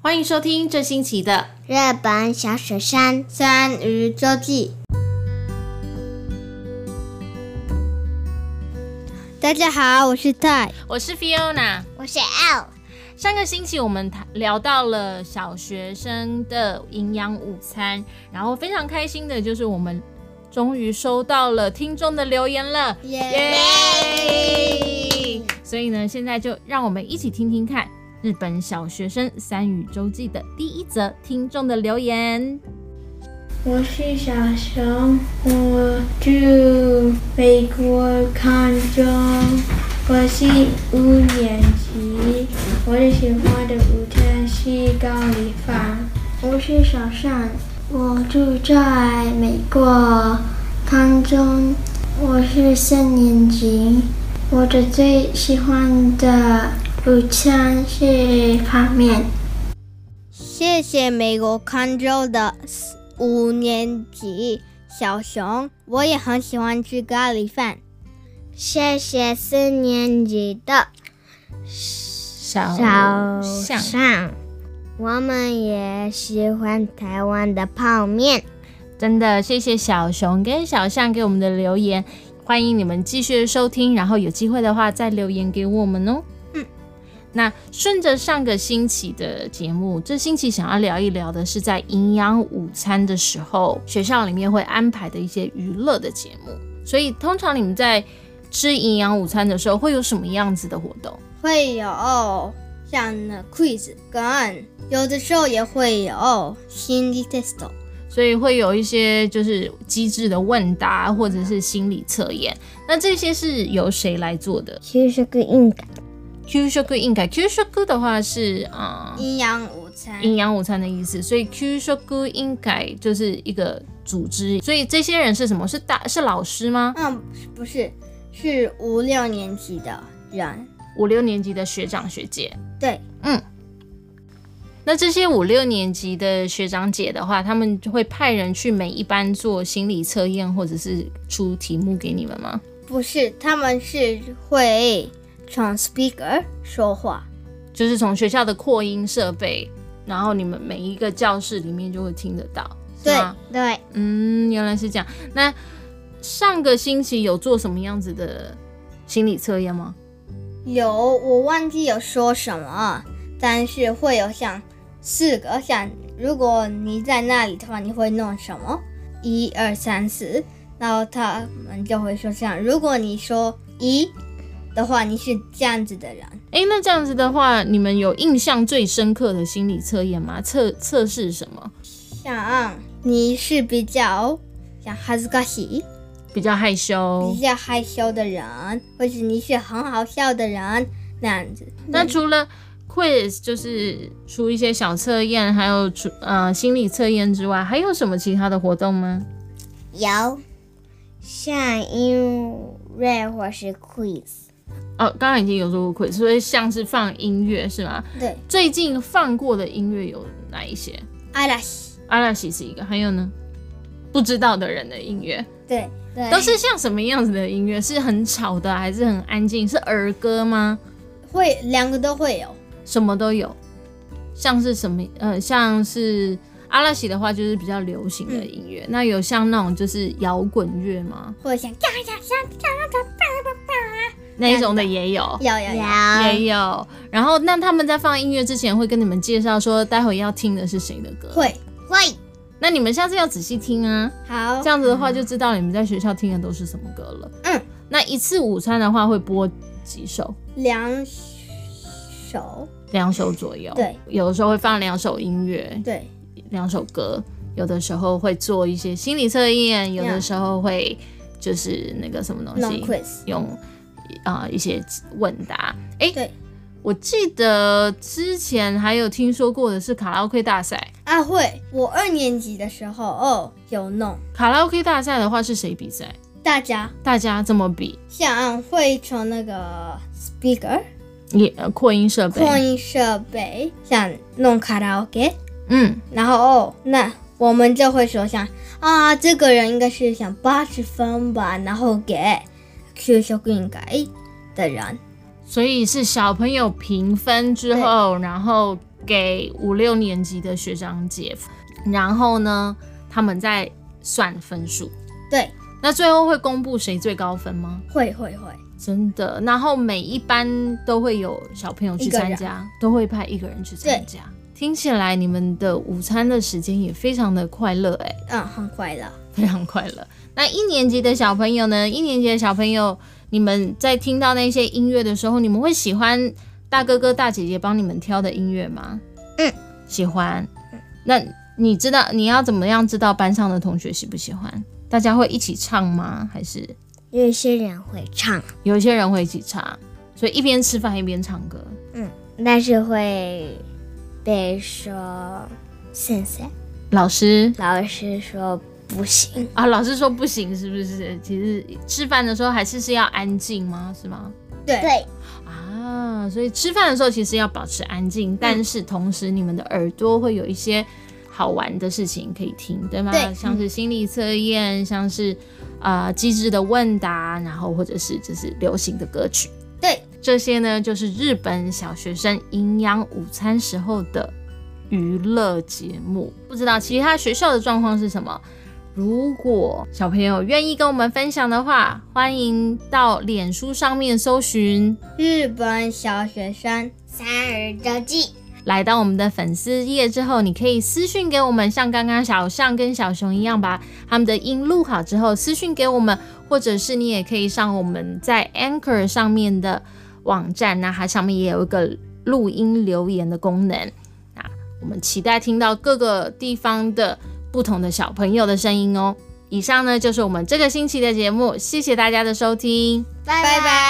欢迎收听这星期的日本小雪山山鱼周记。大家好，我是泰，我是 Fiona。我是 L。上个星期我们谈聊到了小学生的营养午餐，然后非常开心的就是我们终于收到了听众的留言了，耶耶！所以呢，现在就让我们一起听听看日本小学生三语周记的第一则听众的留言。我是小熊，我住美国康州，我是五年级，我最喜欢的午餐是咖喱饭。我是小善，我住在美国康州，我是三年级，我的最喜欢的午餐是泡面。谢谢美国康州的四五年级小熊，我也很喜欢吃咖喱饭。谢谢四年级的小象上，我们也喜欢台湾的泡面。真的，谢谢小熊跟小象给我们的留言，欢迎你们继续收听，然后有机会的话再留言给我们哦。嗯，那顺着上个星期的节目，这星期想要聊一聊的是在营养午餐的时候，学校里面会安排的一些娱乐的节目。所以通常你们在吃营养午餐的时候，会有什么样子的活动？会有像那 quiz 跟，有的时候也会有心理 test。所以会有一些就是机智的问答或者是心理测验。那这些是由谁来做的？其实个应该 Q 食应该 Q 食的话是啊、呃营养午餐，营养午餐的意思，所以 Q 食应该就是一个组织。所以这些人是什么？是大是老师吗？嗯，不是，是五六年级的人。五六年级的学长学姐。嗯对，那这些五六年级的学长姐的话，他们就会派人去每一班做心理测验，或者是出题目给你们吗？不是，他们是会从 speaker 说话。就是从学校的扩音设备，然后你们每一个教室里面就会听得到，是对吗？对，嗯，原来是这样。那上个星期有做什么样子的心理测验吗？有我忘记有说什么，但是会有像四个像，如果你在那里的话，你会弄什么？一二三四，然后他们就会说这样。如果你说一的话，你是这样子的人，诶，那这样子的话，你们有印象最深刻的心理测验吗？测测试什么？像你是比较像哈斯卡西，比较害羞比。较害羞的人，或是你是很好笑的人那样子。那除了 quiz 就是出一些小测验，还有出呃心理测验之外，还有什么其他的活动吗？有像音乐或是 quiz，哦，刚刚已经有说过 quiz，所以像是放音乐是吗？对，最近放过的音乐有哪一些？阿拉西。阿拉西是一个，还有呢，不知道的人的音乐对对，都是像什么样子的音乐？是很吵的，还是很安静？是儿歌吗？会两个都会有。什么都有，像是什么呃，像是阿拉西的话就是比较流行的音乐，嗯那有像那种就是摇滚乐吗？或者像呀呀呀那一种的也有。呀，有有有，也有，然后那他们在放音乐之前会跟你们介绍说，待会要听的是谁的歌。，会会那你们下次要仔细听啊。好这样子的话就知道你们在学校听的都是什么歌了。嗯，那一次午餐的话会播几首？两手两首左右。对，有的时候会放两首音乐，对两首歌。有的时候会做一些心理测验，有的时候会就是那个什么东弄西， quiz 用啊、呃一些问答。诶，对我记得之前还有听说过的是卡拉 OK 大赛。啊会。我二年级的时候哦有弄，卡拉 OK 大赛的话是谁比赛？大家大家这么比？像会从那个 speaker 也呃扩音设备，扩音设备像弄卡拉 OK，嗯，然后哦那。我们就会说像啊，这个人应该是想八十分吧，然后给 Q 修应该的人，所以是小朋友评分之后，然后给五六年级的学长姐，然后呢，他们再算分数。对，那最后会公布谁最高分吗？会会会，真的，然后每一班都会有小朋友去参一个加，都会派一个人去参加。听起来你们的午餐的时间也非常的快乐，哎，嗯，很快乐。非常快乐。那一年级的小朋友呢？一年级的小朋友，你们在听到那些音乐的时候，你们会喜欢大哥哥大姐姐帮你们挑的音乐吗？嗯，喜欢。那你知道你要怎么样知道班上的同学喜不喜欢？大家会一起唱吗？还是有些人会唱，有一些人会一起唱？所以一边吃饭一边唱歌。但是会被说谢谢，老师老师说不行，啊，老师说不行，是不是？其实吃饭的时候还是是要安静吗？是吗？对，对，啊，所以吃饭的时候其实要保持安静，但是同时你们的耳朵会有一些好玩的事情可以听，对吗？对像是心理测验，像是啊机智的问答，然后或者是就是流行的歌曲。对，这些呢就是日本小学生营养午餐时候的娱乐节目。不知道其他学校的状况是什么？如果小朋友愿意跟我们分享的话，欢迎到脸书上面搜寻日本小学生，三儿周记，来到我们的粉丝页之后，你可以私讯给我们，像刚刚小象跟小熊一样，把他们的音录好之后私讯给我们，或者是你也可以上我们在 Anchor 上面的网站，那它上面也有一个录音留言的功能。那我们期待听到各个地方的不同的小朋友的声音哦。以上呢就是我们这个星期的节目，谢谢大家的收听。拜拜拜。